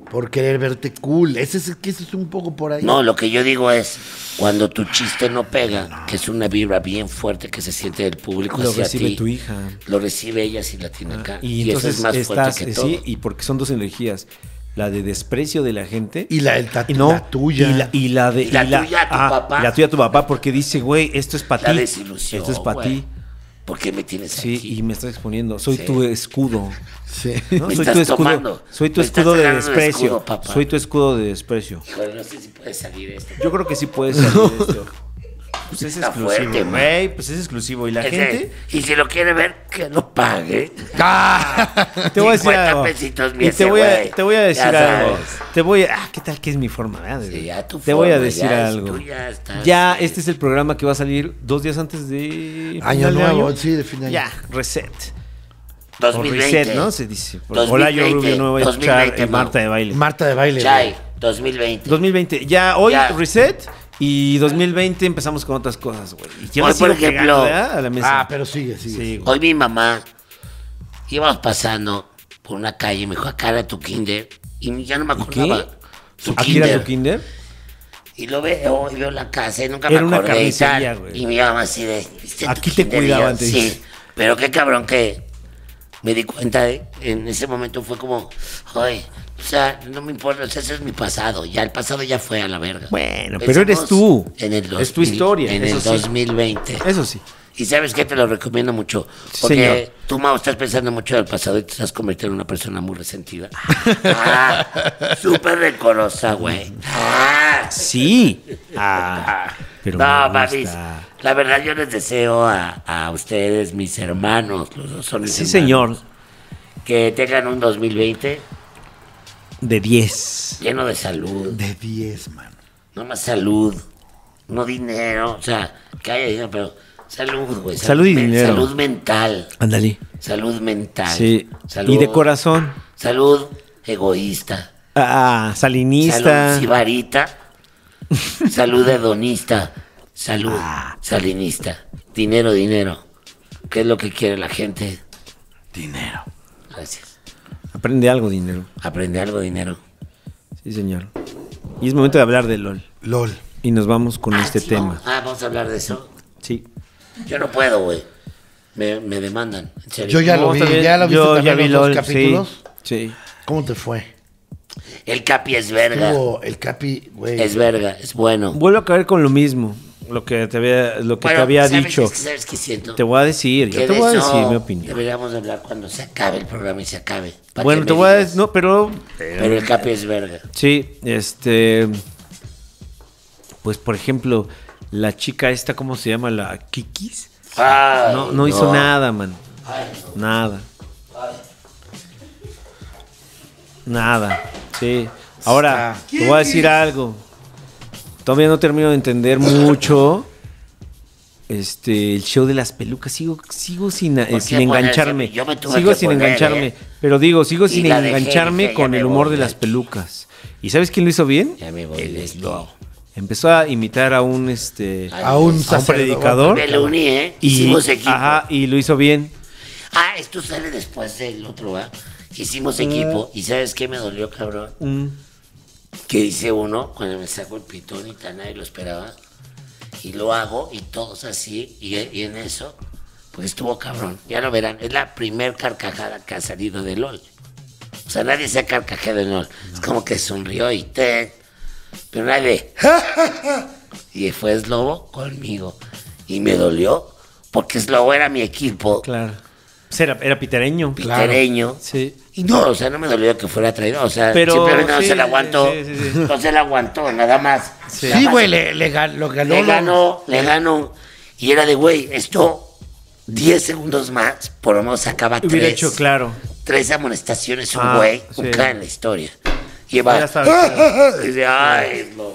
Por querer verte cool. Ese es, que ese es un poco por ahí.
No, lo que yo digo es, cuando tu chiste no pega, que es una vibra bien fuerte que se siente del público
Lo
hacia
recibe
ti,
tu hija. Ah,
Lo recibe ella si la tiene acá.
Y,
Y, eso
entonces
es más
estás,
fuerte que
eh,
todo.
sí, y porque son dos energías. La de desprecio de la gente.
Y la del ta-
y no,
la tuya.
Y la, y la de.
Y la tuya a tu papá.
y La tuya a tu papá, porque dice, güey, esto es para
La
ti.
desilusión,
Esto es para
güey.
ti.
¿Por qué me tienes
Sí,
aquí?
y me estás exponiendo. Soy
Sí.
tu escudo.
Sí.
[LAUGHS]
¿no?
Me
Soy
estás
tu escudo.
tomando.
Soy tu
Me estás
escudo de
agarrando de
desprecio.
escudo, papá.
Soy tu escudo de desprecio.
Híjole, no sé si puede salir esto.
Yo creo que sí puedes salir de
[LAUGHS]
esto. Pues es
Está
exclusivo,
fuerte,
güey. Pues es exclusivo. Y la
Es
gente.
que- y si lo quiere ver, que lo
[LAUGHS]
pague.
Te voy a decir
50
algo.
pesitos, mi
y
ese
te voy, a,
güey.
te voy a
Ya
decir algo.
sabes.
Te voy a. Ah, ¿qué tal que es mi forma? ¿verdad?
Sí, ya tu
te voy a
forma,
decir
ya es-
algo.
tú ya estás-
Ya, este es el programa que va a salir dos días antes de.
Año
final de
nuevo, sí, de fin de año.
Ya, reset. O
2020.
reset, ¿no? Se dice. Por-
2020,
Hola, yo Rubio, no voy a escuchar
2020,
eh, Marta de baile.
Marta de baile.
Chay,
güey.
2020.
2020. Ya hoy
Ya.
reset y 2020 empezamos con otras cosas, güey. Y yo
Hoy,
me sigo
por ejemplo-
pegando, ¿verdad? a la mesa.
Ah, pero sigue, sigue.
sí, güey.
Hoy mi mamá íbamos pasando por una calle, me dijo, acá era tu kinder. Y ya no me
qué?
acordaba. Tu
¿Aquí
kinder.
era tu kinder?
Y lo veo, y veo la casa y nunca
Era
me
una
acordé y tal.
carnicería, güey.
Y mi mamá así de... "¿Viste tu
Aquí te
kinder?" Y
cuidaban,
yo,
te dice.
Sí, pero qué cabrón que me di cuenta de... En ese momento fue como... Ay, o sea, no me importa, o sea, ese es mi pasado. Ya el pasado ya fue a la verga.
Bueno,
Pensamos
pero eres tú.
En el
Es tu
2000,
historia,
En
eso
el
sí.
2020.
Eso sí.
Y sabes que te lo recomiendo mucho.
Sí,
Porque
señor.
tú, Mao, estás pensando mucho del pasado y te estás convirtiendo en una persona muy
[LAUGHS]
resentida. Ah, Súper rencorosa, güey. Ah,
Sí. Ah, pero
no,
me
Babis.
gusta.
La verdad, yo les deseo a, a ustedes, mis hermanos, los dos son mis
Sí,
hermanos,
señor.
que tengan un 2020
De 10.
lleno de salud.
De 10, man.
No más salud, no dinero. O sea, que haya dinero, pero salud, güey.
Salud y
men-
dinero.
Salud mental.
Ándale.
Salud mental.
Sí.
Salud,
Y de corazón.
Salud egoísta.
Ah, salinista.
Salud sibarita. salud hedonista. Salud
Ah.
salinista. Dinero, dinero. ¿Qué es lo que quiere la gente?
Dinero.
Gracias.
Aprende algo, dinero.
Aprende algo, dinero.
Sí, señor. Y es momento de hablar de LOL.
LOL.
Y nos vamos con este
Ah, sí,
tema.
vamos- Ah, vamos a hablar de eso.
Sí.
Yo no puedo, güey. Me, me demandan. en serio.
Yo ya lo
No,
vi,
está bien.
ya lo viste
Yo
también
ya vi
los dos
LOL,
capítulos.
Sí. sí.
¿Cómo te fue?
El capi es verga.
Tuvo el Capi, güey.
Es verga, es bueno.
Vuelvo a caer con lo mismo. Lo que te había, lo que
Bueno,
te había
¿sabes
dicho.
qué- ¿Sabes qué siento?
Te voy a decir, yo
Que
te
de
voy a
eso
decir mi opinión.
Deberíamos hablar cuando se acabe el programa y se acabe. Pa' que
Bueno,
me
te voy a
digas.
decir, no, pero
Pero el capi es verga.
sí, este pues por ejemplo, la chica esta ¿cómo se llama? La Kikis.
Ay,
No no hizo nada, man. Nada. Nada. Sí. Ahora te voy a decir algo. Todavía no termino de entender mucho este, el show de las pelucas. Sigo, sigo sin, eh,
¿Por
sin
qué
engancharme.
ponerse? Yo me tuve
sigo
que
sin
poner,
engancharme.
¿eh?
Pero digo, sigo
Y
sin
la dejé,
engancharme
dije, ya
con
me
el humor
voy
de
de
las
aquí.
pelucas. ¿Y sabes quién lo hizo bien?
Ya me voy
El
de
Slow.
aquí.
Empezó a imitar a un este
Ay,
A un
a un
sacerdote.
predicador.
Me lo uní, ¿eh?
Y,
Hicimos equipo.
ajá, y lo hizo bien.
Ah, esto sale después del otro, ¿ah? Hicimos equipo. ¿Y sabes qué me dolió, cabrón?
Mm.
Que hice uno cuando me saco el pitón y tan nadie lo esperaba. Y lo hago y todos así. Y, y en eso, pues estuvo cabrón. Ya lo verán. Es la primer carcajada que ha salido de LOL. O sea, nadie se ha carcajado de LOL. Es como que sonrió y te. Pero
[LAUGHS]
nadie. y fue Slobo conmigo. Y me dolió. Porque Slobo era mi equipo.
Claro. Pues era, era pitereño.
Pitereño.
Sí.
Y no, o sea, no me dolió que fuera traidor. O sea,
Pero
simplemente no
sí,
se la aguantó.
sí, sí, sí.
No se la aguantó, nada más.
Sí.
Nada
Sí,
más.
güey, le, le gan- lo ganó.
Le
lo-
ganó, le ganó. Y era de, güey, esto 10 segundos más, por lo menos sacaba
Hubiera
tres.
hecho claro.
Tres amonestaciones, un
Ah,
güey,
sí.
un cara en la historia. Lleva.
Ya sabes, claro.
dice, ay, no.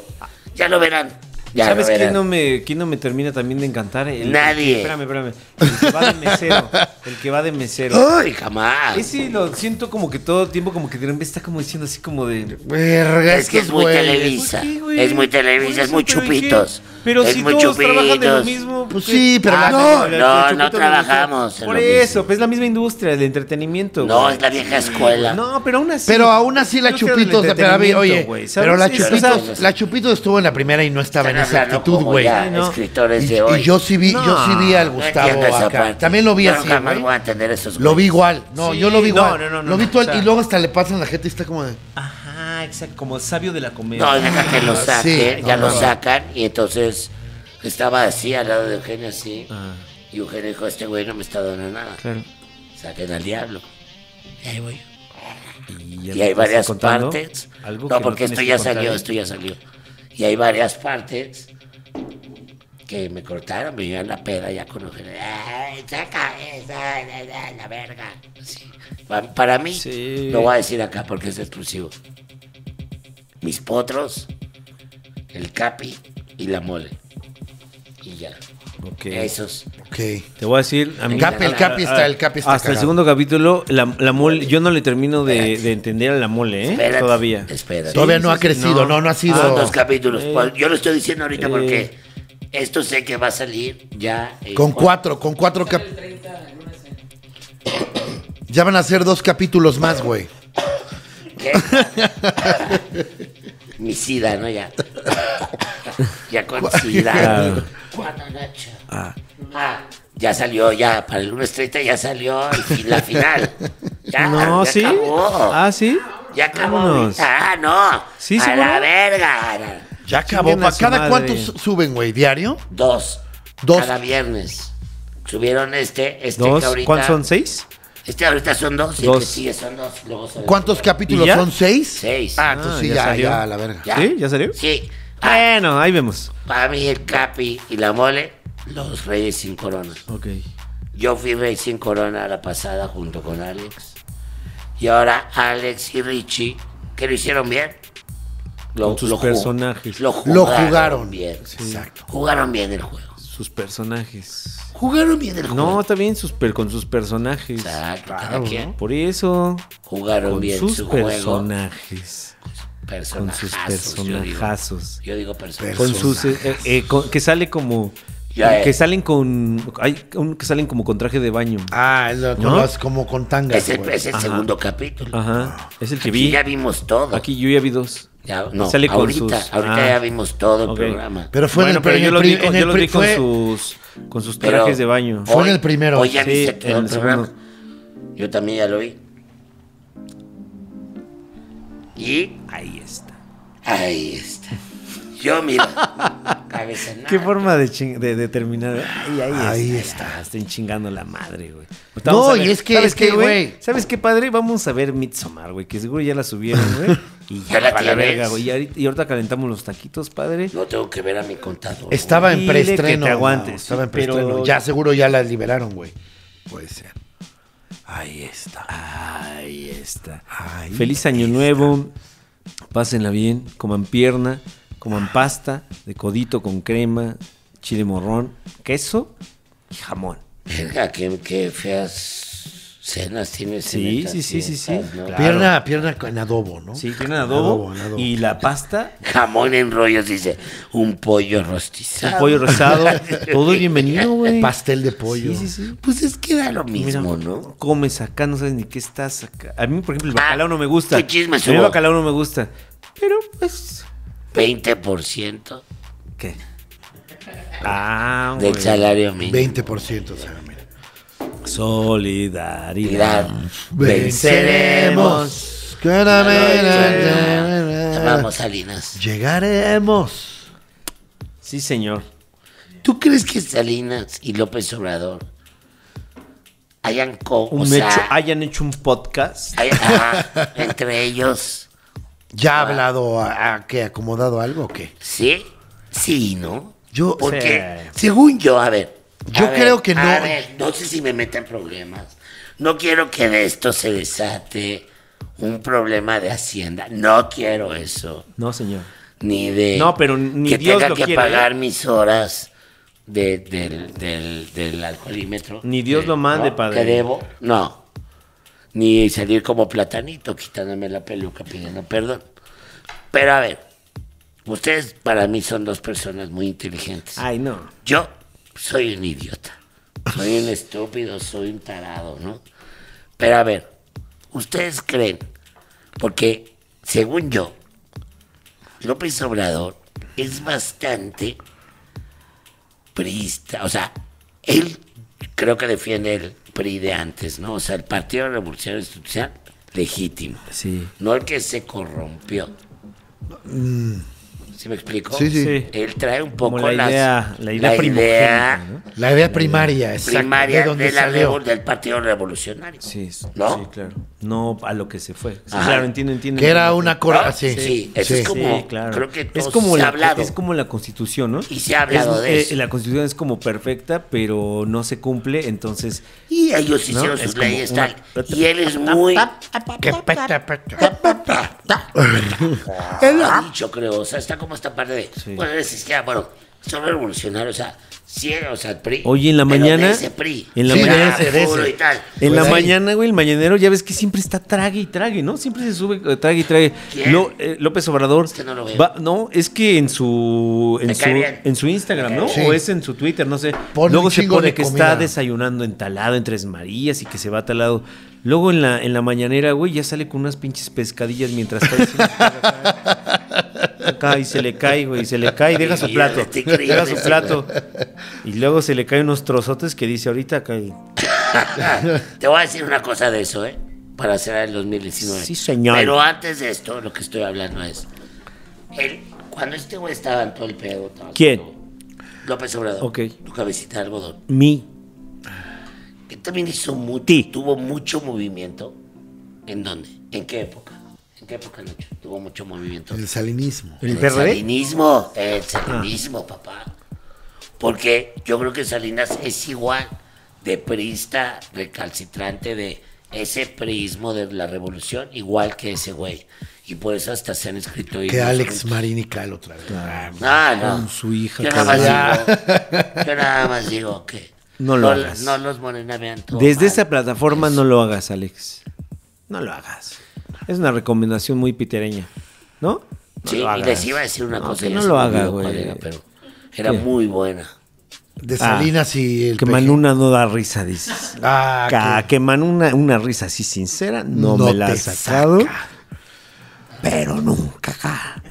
Ya lo verán. [LAUGHS] Ya
¿Sabes
lo verán.
quién no, me, quién no me termina también de encantar? El-
Nadie.
Espérame, espérame. El que va de mesero. El que va de mesero.
[LAUGHS] Ay, jamás.
Ese lo siento como que todo el tiempo como que de repente está como diciendo así como de...
Verga,
Es que es muy
güeyes.
televisa.
¿Por qué, Pues güey?
es muy Televisa,
Por
es muy
pero ¿y qué?
chupitos.
Pero
Es
si
muy
todos trabajan de lo
chupitos.
mismo.
Pues
¿qué?
sí, pero
Ah,
la-
no,
el- el
no,
chupito
no
de la industria.
trabajamos en
Por
lo
eso,
mismo.
pues es la misma industria, el entretenimiento.
No,
güey.
es la vieja escuela.
No, pero aún así.
Pero aún así la
Industria
Chupitos,
del
pero a ver, oye,
entretenimiento, güey, ¿sabes?
pero la
Sí, o sea,
Chupitos,
sí.
la Chupitos estuvo en la primera y no estaba en
Están
esa
hablando
actitud,
como
güey.
ya
Sí, no.
Escritores
Y,
de hoy.
y yo sí vi, yo sí vi al
No,
Gustavo
entiendo esa
acá.
parte.
También lo vi
Yo
así,
jamás
güey.
voy a tener esos
Lo vi
güeyes.
igual. No,
Sí,
yo lo vi
no,
igual.
no, no, no,
lo vi
no,
todo
o sea-
y luego hasta le pasan la gente y está como de
Ajá, exacto. Como sabio de la comedia.
No, deja que lo
Sí,
saquen, ya
no,
lo
no.
sacan. Y entonces estaba así al lado de Eugenio, así. Y Eugenio dijo: Este güey no me está dando nada.
Ah, Claro.
Saquen al diablo. Y ahí voy.
Y,
Y hay varias partes. No, porque esto ya salió, esto
estoy
ya salió. Y hay varias partes que me cortaron, me llevan la peda ya con Eugenio. ¡Ay, saca esa, la, la, la verga! Sí. Pa- Para mí,
Sí.
lo voy a decir acá porque es exclusivo. Mis potros, el capi y la mole. Y ya. Esos.
Ok.
Te voy a decir. A mí,
Capi, el Capi está- el Capi está
Hasta el
cagado.
segundo capítulo, la, la mole, yo no le termino de, de entender a la mole, ¿eh?
Espérate,
Todavía.
espérate.
Todavía
Sí,
no
sí,
ha
sí,
crecido,
no.
no, no ha sido.
Son dos capítulos. Pues, Yo lo estoy diciendo ahorita
eh.
porque esto sé que va a salir ya. eh,
Con
cuando-
cuatro, con cuatro capítulos. Ya van a ser dos capítulos más, güey.
¿Qué? Mi sida, ¿no? Ya. ya con sida.
Claro.
Cuatro, Nacho.
Ah,
Ah, ya salió, ya. Para el lunes 30 ya salió el fi- la final. Ya,
no,
ya
sí.
acabó.
Ah, sí.
ya acabó.
vámonos.
ahorita. Ah, no.
Sí,
a
seguro.
la verga.
Ya
acabó,
acabó.
pa'
¿Cada
madre.
cuánto su- suben, güey? ¿Diario?
Dos.
Dos.
Cada viernes. Subieron este, este
Dos.
que ahorita.
¿Cuántos son? ¿Seis?
Este ahorita son dos, y el
Dos.
que sigue son dos. Luego son
¿Cuántos capítulos
¿Y ya?
son? ¿Seis?
Seis.
Ah, entonces
Ah,
sí,
ya
ya,
salió.
ya, a la verga.
Ya.
¿Sí? ¿Ya salió?
Sí. Ah,
Bueno, ahí vemos.
Para mí el Capi y la Mole, los reyes sin corona.
Ok.
Yo fui rey sin corona la pasada junto con Alex. Y ahora Alex y Richie, que lo hicieron bien. Lo,
Con sus
ju-
personajes.
Lo
Lo
jugaron,
jugaron.
bien.
Exacto.
Jugaron bien el juego.
Sus personajes.
Jugaron bien el
No,
juego.
también sus per- con sus personajes.
Exacto, cada
Claro,
quien.
¿no? Por eso.
Jugaron
Con
bien
sus
su juego.
personajes. Con
Personajazos,
sus
yo digo.
personajazos.
Yo digo personajes.
Con sus. eh, eh, eh, con- que sale como.
Ya, eh.
Que salen con. Hay uno que salen como con traje de baño.
Ah, es lo- con
¿No?
las- como con tangas,
Es el,
güey.
es el segundo capítulo.
Ajá. Es el que
Aquí
Ah, vi.
ya vimos todo.
Aquí yo ya vi dos.
Ya- no,
Sale con
ahorita,
sus-
ahorita
ah.
ya vimos todo el
Ok.
programa.
Pero fue
bueno,
en el,
pero
en
yo
el
los vi
pri-
con,
en
yo
el
los
pri-
vi con
fue-
sus. Con sus
Pero
trajes de baño.
Fue en el primero.
Hoy ya
Sí,
viste todo
en
el,
el
programa.
segundo.
Yo también ya lo vi. Y
Ahí está.
ahí está. Yo
[LAUGHS]
mira, cabeza en
Qué
nada.
forma de, ching- de, de terminar. Ay, ahí,
Ahí
está. ya, Están chingando la madre, güey. Pues
No,
vamos a
y
ver.
es que-
¿Sabes
es que,
qué,
güey?
¿Sabes qué, padre? Vamos a ver Midsommar, güey, que seguro ya la subieron, güey. Y
¿Ya
ya
la
para la
tienes?
verga, güey. Y ahorita, y ahorita calentamos los taquitos, padre.
No tengo que ver a mi contador.
Estaba en
Dile que
preestreno.
te aguantes,
no, estaba en
sí, pero-
preestreno. Ya seguro ya la liberaron, güey. Puede ser.
Ahí está. Ahí está.
Ahí
Feliz año nuevo. Pásenla bien. Coman pierna. Coman pasta de codito con crema. chile morrón, queso y jamón.
Verga, qué, qué feas cenas tienes. en
Sí,
estas
sí, sí, sí, sí.
fiestas, ¿no?
Claro.
Pierna, pierna en adobo, ¿no?
Sí, tienen adobo,
en adobo.
y la pasta,
Jamón en rollos, dice. Un pollo
un
rostizado.
pollo rosado, [LAUGHS]
[LAUGHS]
todo es bienvenido, güey.
Pastel de pollo.
Sí, sí, sí.
Pues es que da lo
Mira,
mismo, ¿no? Ah,
comes acá, no sabes ni qué estás acá. A mí, por ejemplo, el bacalao no me gusta.
qué chisme
A mí el
hubo.
bacalao no me gusta. Pero, pues,
20%
¿qué? Ah,
del
güey.
salario mínimo.
20%, o sea, mira.
Solidaridad.
Venceremos.
Venceremos.
Vamos, Salinas.
Llegaremos.
Sí, señor.
¿Tú crees que Salinas y López Obrador hayan co o
Un
sea,
hecho, hayan hecho un podcast.
hay- ajá, entre ellos,
¿Ya ha hablado a, a qué? ¿Acomodado algo o qué?
sí, sí, ¿no?
Yo-
porque
Sí.
según yo, a ver,
Yo
a
creo que
a
no.
ver, no sé si me meten problemas. No quiero que de esto se desate un problema de hacienda. No quiero eso.
No, señor.
ni de
No, pero ni
que
Dios
tenga
lo ¿eh?
que
quiere,
pagar mis horas de- del, del, del alcoholímetro.
Ni Dios
Eh,
lo mande,
¿no?
padre.
¿Que debo? No. Ni salir como platanito quitándome la peluca pidiendo perdón. Pero a ver, ustedes para mí son dos personas muy inteligentes.
Ay, no.
Yo soy un idiota. Soy un estúpido, soy un tarado, ¿no? Pero a ver, ¿ustedes creen? Porque, según yo, López Obrador es bastante priista. O sea, él creo que defiende el PRI de antes, ¿no? O sea, el Partido Revolucionario Institucional legítimo.
Sí.
No el que se corrompió. ¿Sí me explico?
Mm. Sí, sí.
Sí.
Él trae un poco
Como la
las-
idea, la
idea
idea primogénita, ¿no?
La idea primaria, exacto.
primaria
de
de
donde
la
salió.
revol- del Partido Revolucionario.
Sí, sí,
¿No?
sí, claro. No a lo que se fue. Sí,
Ajá.
claro, entiendo, entiendo.
Que era
entiendo.
una
¿No?
cora. Sí,
sí, eso
sí.
es como,
Sí, claro.
creo que
es
todos
como
se
la,
ha hablado.
Es como la constitución, ¿no?
Y se ha hablado
Es-
de
eh,
eso.
la constitución es como perfecta, pero no se cumple, entonces...
Y ellos
¿no?
hicieron
Es
sus
como
leyes
una-
tal. Y él es muy...
Que peta, peta.
él lo ha dicho, creo. O sea, está como esta parte de...
Sí.
Bueno, eres izquierda, bueno, son revolucionarios, o sea... Sí, o sea, el PRI.
Oye, en la
pero de
mañana-
ese PRI.
en la
O sea,
mañana se
puro
dice.
y tal.
En la
Pues ahí.
mañana, güey, el mañanero, ya ves que siempre está trague y trague, ¿no? Siempre se sube, eh, trague y trague.
¿Quién?
Lo- eh, López Obrador.
que no lo veo.
va- no, es que en su. En
Me
su,
cae bien.
en su Instagram, ¿no?
Sí.
O es en su Twitter, no sé.
Pone
Luego
un
se
chingo
pone
de
que
comida.
está desayunando en talado, en Tres Marías y que se va a talado. Luego en la, en la mañanera, güey, ya sale con unas pinches pescadillas mientras está diciendo. acá, y se le cae, güey, se le cae, deja su plato.
Increíble,
Deja su
increíble.
plato. Y luego se le caen unos trozotes que dice ahorita acá. y-
Te voy a decir una cosa de eso, ¿eh? Para cerrar el 2019.
Sí, señor.
Pero antes de esto, lo que estoy hablando es. él- cuando este güey estaba en todo el pedo. estaba
¿Quién?
haciendo López Obrador.
Ok.
Tu cabecita de algodón.
Mi
Que también hizo mucho.
Ti.
Tuvo mucho movimiento. ¿En dónde? ¿En qué época? ¿En qué época, Nacho? Tuvo mucho movimiento.
El salinismo.
¿El
Pues,
PRD?
salinismo. El salinismo, papá. Porque yo creo que Salinas es igual de priista recalcitrante de ese prismo de la revolución, igual que ese güey. Y por eso hasta se han escrito
Que
himnos
Alex
juntos.
Marini Cal otra vez.
Ah, no.
Con su hija,
Yo nada más
cabrón.
digo,
[LAUGHS]
yo nada más digo que
No lo hagas.
no los Morena vean todo
Desde
mal.
esa plataforma no lo hagas, Alex. No lo hagas. Es una recomendación muy pitereña, ¿no? No
Sí,
lo
y
hagas.
les iba a decir una
No,
cosa.
que
ya
no
se
lo
me
haga,
olvidó cuál
güey.
era, Pero era
¿Qué?
muy buena.
De Salinas y el
Ah. Que
PG.
Manuna no da risa, dices.
Ah,
Ca-
que-
que Manuna, una risa así sincera, no,
No
me la
te
ha sacado.
saca.
Pero nunca.
[LAUGHS]
ca.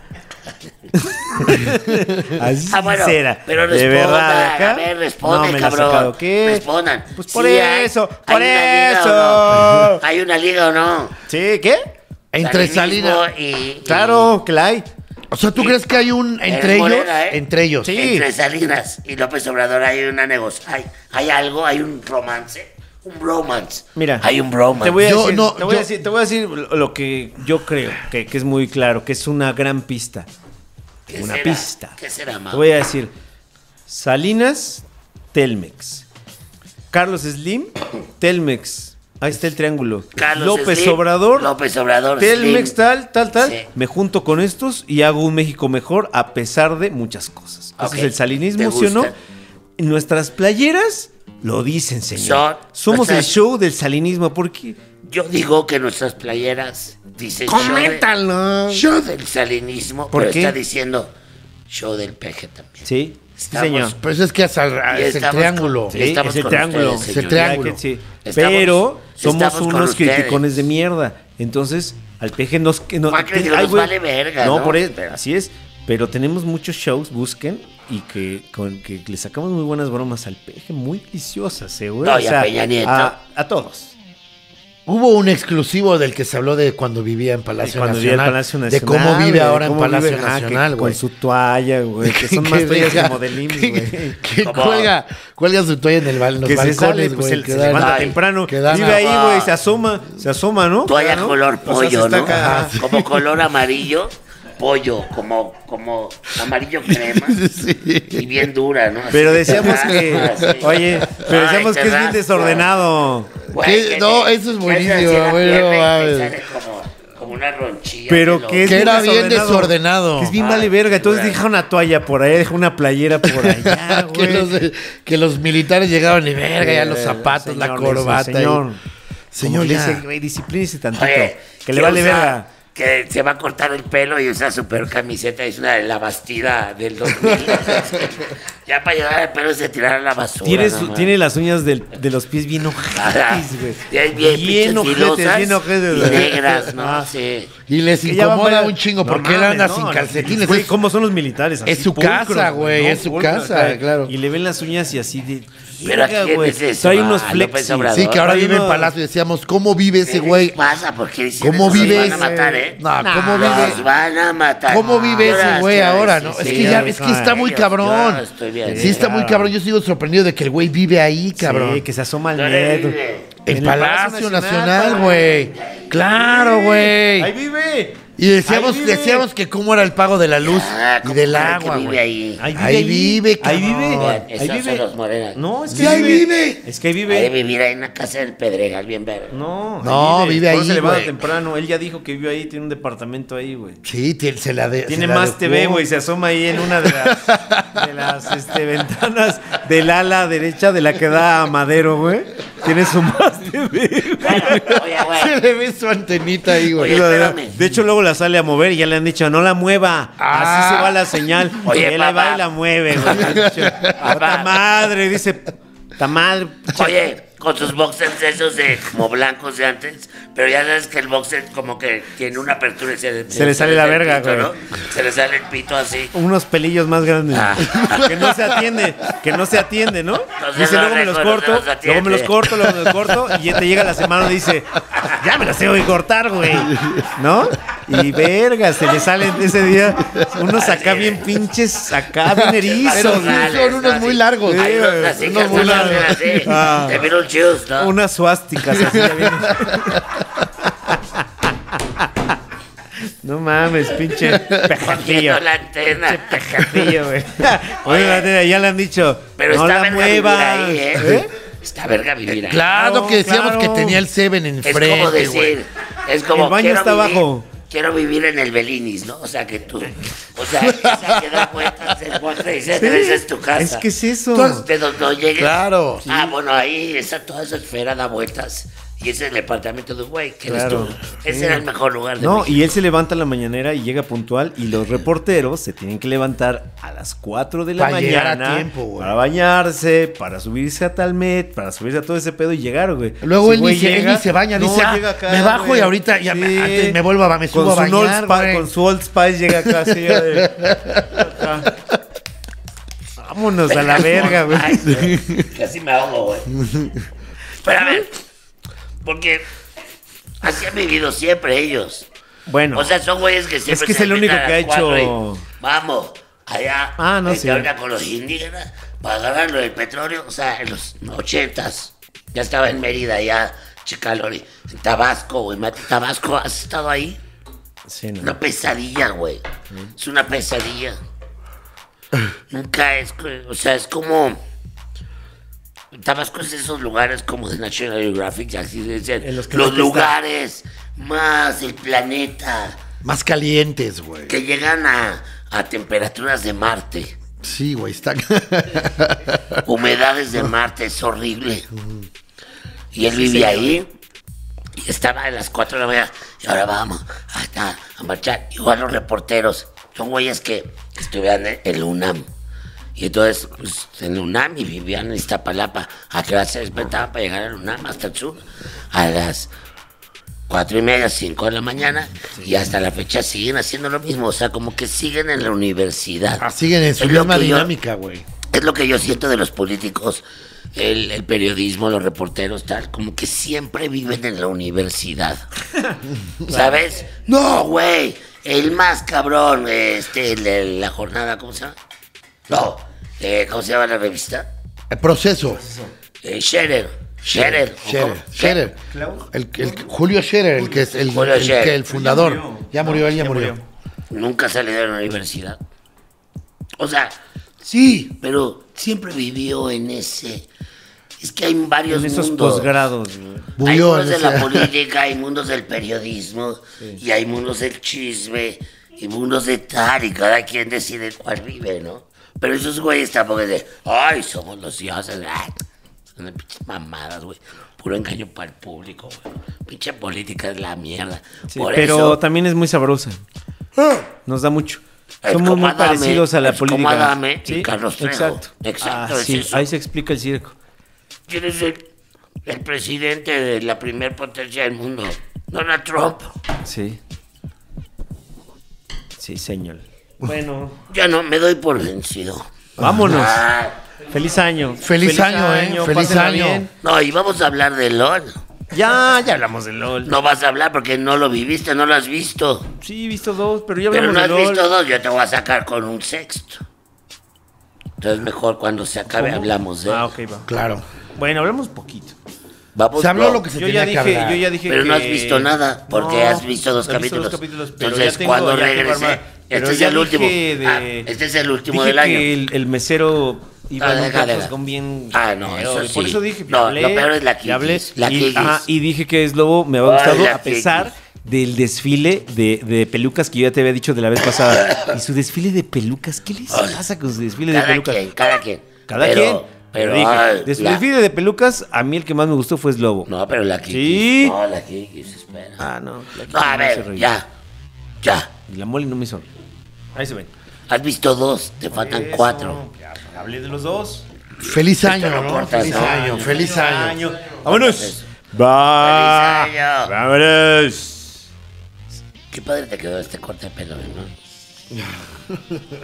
así
Ah, bueno,
sincera.
pero
de
respondan,
verdad, acá,
a ver, responde,
no me la ha
cabrón.
sacado. ¿Qué?
Respondan.
Pues por
Sí, hay-
eso,
hay
por
una liga
eso.
o
[LAUGHS]
no. ¿Hay una liga o no?
¿Sí? ¿Qué?
Entre
Salinismo
Salinas.
y... y-
Claro, que la hay.
O sea, ¿tú crees que hay un.
El
Entre ellos.
Morena, ¿eh?
Entre ellos.
Sí.
Entre Salinas y López Obrador hay una negocio. Hay, hay algo, hay un romance. Un bromance.
Mira,
Hay un bromance.
Te voy a,
Yo
decir,
no,
te voy a
yo-
decir- te voy a decir lo lo que yo creo, que, que es muy claro, que es una gran pista.
¿Qué
una
será?
pista.
¿Qué será, ma?
Te voy a decir, Salinas, Telmex. Carlos Slim, Telmex. Ahí está el triángulo.
Carlos
López
Slim,
Obrador.
López Obrador.
Telmex
Slim.
tal, tal, tal.
Sí.
Me junto con estos y hago un México mejor a pesar de muchas cosas. Entonces
Ok.
el salinismo,
¿Te
¿sí o no?
gusta?
Nuestras playeras lo dicen, señor.
Son-
Somos el
nuestras-
show del salinismo porque...
Yo digo que nuestras playeras dicen
¡Coméntalo!
show, de- show del salinismo,
¿Por
pero
qué?
está diciendo show del peje también.
Sí, sí,
Estamos-
señor.
Pero eso es que hasta el-
Y
es el
estamos
triángulo.
con-
Sí,
Estamos
es el
con
triángulo.
ustedes,
Es el
señor.
triángulo.
Ya que sí.
Estamos-
Pero somos
estamos con
unos
ustedes.
criticones de mierda. Entonces, al peje nos... Que no,
Macri
te-
nos
güey.
vale verga, ¿no?
por eso, así es. Pero tenemos muchos shows, busquen, y que, con, que le sacamos muy buenas bromas al peje, muy deliciosas, ¿eh, güey?
No, y a Peña Nieto.
A, a todos.
Hubo un exclusivo del que se habló de cuando vivía en Palacio,
Cuando
Nacional,
vive al Palacio Nacional.
De cómo vive
güey,
ahora en
cómo vive,
Palacio
ah, que
Nacional, güey. [LAUGHS]
Con su toalla, güey. Que son más toallas
deja-
como del IMSS,
que-
güey.
Que
Como-
cuelga, cuelga su toalla en, el, bal- en los
Que se
balcones,
sale, pues
güey,
él
que
se
dan-
levanta
Ay,
temprano.
que dan
Vive
a-
ahí,
Ah.
güey, se asoma, se asoma, ¿no?
Toalla
¿no?
color
O sea, se
pollo,
está
¿no?
acá-
Ajá. Como color amarillo, pollo, como, como amarillo
[LAUGHS]
crema. Y bien dura, ¿no? Así
Pero
que
decíamos
te [LAUGHS]
que,
raspa, así.
oye,
Ah, Ay,
pero decíamos
te
que es bien
raspa.
desordenado.
Güey,
¿Qué? No, eso es
que
buenísimo,
haces así la
güey, no
pierna y te
mames.
sale como, como una ronchilla. de
Pero
lo-
que es
Que era bien desordenado.
Que [LAUGHS] es bien
Ah,
vale verga. Entonces
claro.
deja una toalla por allá, deja una playera por allá,
[LAUGHS] que,
güey. Eh,
los, eh, que los militares llegaban y verga, ya los zapatos, la
Señor,
corbata.
dice, Señor,
Señor,
señor
ya.
dice, güey, disciplínese tantito.
Oye,
que le vale
usa-
verga.
Que se va a cortar el pelo y usa su peor camiseta. Es una de la bastida del
[LAUGHS]
2000. ya para llevar el pelo se tirar a la basura.
Tiene,
no
su-
mames.
tiene las uñas del- de los pies
[LAUGHS]
bien
Ajá.
ojetes, güey.
Ya es bien,
Bien
bien
ojetes,
filosas
bien ojetes,
y
güey.
negras, ¿no?
Ah.
Sí.
y les
Que ya van
incomoda
varias-
un chingo
No
porque él
mames,
anda
no,
sin
no,
calcetines.
Güey,
Es-
¿cómo son los militares? Así,
es su
pulcros,
casa, güey, es su casa,
acá.
claro.
Y le ven las uñas y así de.
Pero ¿a quién
güey.
es eso?
Trae unos
Ah, López
flexis.
Obrador.
Sí, que ahora
Hay
vive en
uno-
Palacio. Decíamos, ¿cómo vive ese güey?
¿Qué pasa? Porque dicen
¿Cómo
eso,
vive
Los
ese-
van a matar, ¿eh?
No, ¿cómo
Los
vive?
van a matar.
¿Cómo vive
Yo
ese
las
güey
quiero
ahora,
decir,
no?
sí,
es que ya,
yo
es que
no,
está
yo-
muy
yo
cabrón.
estoy bien.
Sí, está muy
claro.
cabrón. Yo sigo sorprendido de que el güey vive ahí, cabrón.
Sí, que se asoma al
¿Dónde
dedo.
vive?
En,
el
Palacio Nacional,
cabrón.
güey. Claro,
Ahí
güey.
vive.
Y decíamos,
Ahí vive.
decíamos que cómo era el pago de la luz
Ah,
y
¿cómo
del
creen que
agua,
vive
güey.
ahí?
Ahí vive,
Ahí
cabrón.
vive. Ahí
Esos son los
vive.
morenas.
No, es que
Sí, ahí vive.
Es que ahí
Ha de
vive.
vivir ahí en la casa del Pedregal, bien ver.
[LAUGHS] No,
No, vive
Por eso
ahí,
se levanta
güey.
temprano. Él ya dijo que vive ahí, tiene un departamento ahí, güey.
Sí, tiene- se la de- se
Tiene
la
más
dejó.
TV, güey. Se asoma ahí en una de las, de las, este, ventanas del ala derecha de la que da a Madero, güey. Tiene su más TV.
Bueno, oye,
[LAUGHS] Se
güey.
le ve su antenita ahí, güey.
Oye, espérame.
De hecho, luego la sale a mover y ya le han dicho, no la mueva.
Ah.
Así se va la señal.
Oye,
y él le va
papá.
y la mueve, güey. Le han dicho, "Ta madre, dice. Ta madre.
Oye, con sus boxers esos de como blancos de antes, pero ya sabes que el boxer como que tiene una apertura y se,
Se le sale la
el
verga,
pito,
güey.
¿no? Se le sale el pito así.
Unos pelillos más grandes.
Ah.
[LAUGHS] Que no se atiende, que no se atiende, ¿no?
Entonces
dice,
no
luego me los
reconoce,
corto,
no se atiende.
luego me los corto, luego me los corto, y ya te llega la semana y dice, ya me los tengo que cortar, güey. ¿No? Y verga, se le salen ese día unos
Así
acá
es.
bien pinches, acá bien
Pero
erizos.
sí son unos muy largos.
Hay unos así
Unos
que
muy
se hacen
largos.
así.
Ah.
Te vieron chidos, ¿no?
Unas suásticas
pues,
así ya bien. No mames, pinche
[LAUGHS]
pejajillo.
Cogiendo la antena.
Pejajillo, güey. Oye, Matera, ya le han dicho,
Pero
no
está
la
verga vivir
muevas.
ahí, ¿eh?
¿Eh?
Está verga vivir ahí.
[LAUGHS] Claro que decíamos
Claro.
que tenía el Seven
Es como
enfrente, güey.
decir, es como
El baño
quiero
está
vivir-
abajo.
Quiero vivir en el Belinis, ¿no? O sea que tú, o sea, esa que da vueltas el cuadro y se esa es tu casa.
Es que es eso.
Entonces-
de donde no llegues.
Claro.
Ah, bueno, ahí está toda esa esfera da vueltas y ese es el departamento de un güey, que
Claro.
eres tú. Ese era el mejor lugar de
no,
México.
y él se levanta a la mañanera y llega puntual y los reporteros se tienen que levantar a las 4 de la
Para llegar a
mañana
tiempo, güey.
para bañarse, para subirse a Talmet, para subirse a todo ese pedo y llegar, güey.
Luego
Ese
él ni
güey
se- él ni se baña, dice, ah, me bajo y ahorita ya me- antes me vuelvo a- me
Con
subo a
su Old
bañar,
Spice-
güey.
Con su Old Spice llega acá así ya de-
[LAUGHS]
acá. Vámonos a la verga, güey.
Ay, güey, [LAUGHS] Casi me ahogo, güey. Pero a ver, porque así han vivido siempre ellos.
Bueno.
O sea, son güeyes que siempre.
Es que es
se
el único
meten a
que ha
las cuatro
hecho-
y, Vamos, allá.
Ah, no,
este,
sí.
ahora con los indígenas para ganar lo del petróleo. O sea, en los ochentas. Ya estaba en Mérida, ya, Chicalori. En Tabasco, güey. Mati, Tabasco, ¿has estado ahí?
sí, no.
Una pesadilla, güey. Es una pesadilla. Nunca es. O sea, es como. Tabasco es esos lugares como de National Geographic, así le decían.
En los
Los,
que no te está-
lugares más del planeta
Más calientes, güey.
que llegan a, a temperaturas de Marte,
Sí,
[LAUGHS]
güey, está. [LAUGHS]
humedades de Marte, es horrible. Y él vivía ahí y estaba a las 4 de la mañana. Y ahora vamos hasta a marchar. Igual los reporteros son güeyes que estuvieron en el UNAM. Y entonces, pues, en el UNAM y vivían en Iztapalapa. ¿A qué hora se despertaban para llegar al UNAM hasta el sur? A las cuatro y media, cinco de la mañana. Y hasta la fecha siguen haciendo lo mismo. O sea, como que siguen en la universidad.
Siguen en su
Es lo
misma
que yo-
dinámica, güey.
es lo que yo siento de los políticos, el, el periodismo, los reporteros, tal, como que siempre viven en la
[LAUGHS]
universidad. ¿Sabes? No, güey. El más cabrón, este, el de la jornada, ¿cómo se llama? No, eh, ¿cómo se llama la revista?
El proceso.
Eh, Scherer. Scherer. ¿o
Scherer.
cómo?
Scherer.
Claudio.
El, el- Julio Scherer, el que es el,
Julio
el
Scherer.
que- el fundador. Ya murió, él ya murió.
Nunca salió de la universidad. O sea, sí, pero siempre vivió en ese. Es que hay varios
En esos
mundos.
posgrados, güey.
hay
Murió,
mundos de
o
la
sea.
política, hay mundos del periodismo, y hay mundos del chisme, y mundos de tal, y cada quien decide cuál vive, ¿no? Pero esos güeyes tampoco es de, ay, somos los dioses, ah, son de pinches mamadas, güey. Puro engaño para el público, güey. Pinche política es la mierda.
Sí,
Por
pero
eso, Ah.
también es muy sabrosa. Nos da mucho.
Es
Somos
como
muy
Adame,
parecidos a la
es como
política.
Adame y Carlos Trejo.
Exacto.
Exacto,
Ah,
es
sí,
eso.
ahí se explica el circo.
¿quién es el, el presidente de la primer potencia del mundo? Donald Trump.
Sí. Sí, señor. Bueno,
Ya no, me doy por vencido.
vámonos.
Ah,
Feliz año.
Feliz año, ¿eh? Feliz
pásenla
año.
bien.
no, y vamos a hablar de LOL.
Ya, ya hablamos de LOL.
No vas a hablar porque no lo viviste, no lo has visto.
Sí, he visto dos, pero ya
Pero
hablamos
no has
de LOL.
visto dos, yo te voy a sacar con un sexto. Entonces mejor cuando se acabe hablamos eh. de...
Ah, ok, va.
Claro.
Bueno, hablamos poquito.
Vamos,
Se habló
bro.
lo que se
Yo ya,
tenía que
dije,
hablar.
yo ya dije
Pero no has
que-
visto nada, porque
No,
has visto dos
no he visto
capítulos.
dos capítulos, pero
Entonces,
ya tengo-
cuando
ya tengo
regrese,
armada. Pero
este es
ya
el último.
dije de-
Ah, este es el último
dije
del año.
que el, el mesero iba
Ah,
en un
deja,
Carlos
deja.
con bien...
Ah, no, eso
feo, y Por
sí.
eso dije,
No,
hablé,
lo peor es la
y hablé,
quillis, la
y,
quillis.
ajá, y dije que es lobo, me había
Ay,
gustado,
la
a pesar
quillis.
del desfile de, de pelucas que yo ya te había dicho de la vez pasada. y su desfile de pelucas, ¿qué les
Ay.
pasa con su desfile de
Cada
pelucas?
quien, cada quien.
Cada
Pero-
quien.
Pero,
Dije,
ay,
de su
la-
desfile de pelucas, a mí el que más me gustó fue es lobo.
No, pero la
Sí.
Kiki. No, la Kiki se espera.
Ah, no. la
No, a
Kiki me hizo
ver,
reír.
ya. Ya.
Y La mole no me hizo. reír. Ahí se ven. pues,
Has visto dos, te faltan cuatro.
hablé de los dos.
Feliz año,
no
¿no?
cortas,
Feliz
¿no?
año, feliz año.
Vámonos.
Feliz año.
Vámonos.
Qué padre te quedó este corte de pelo, ¿no?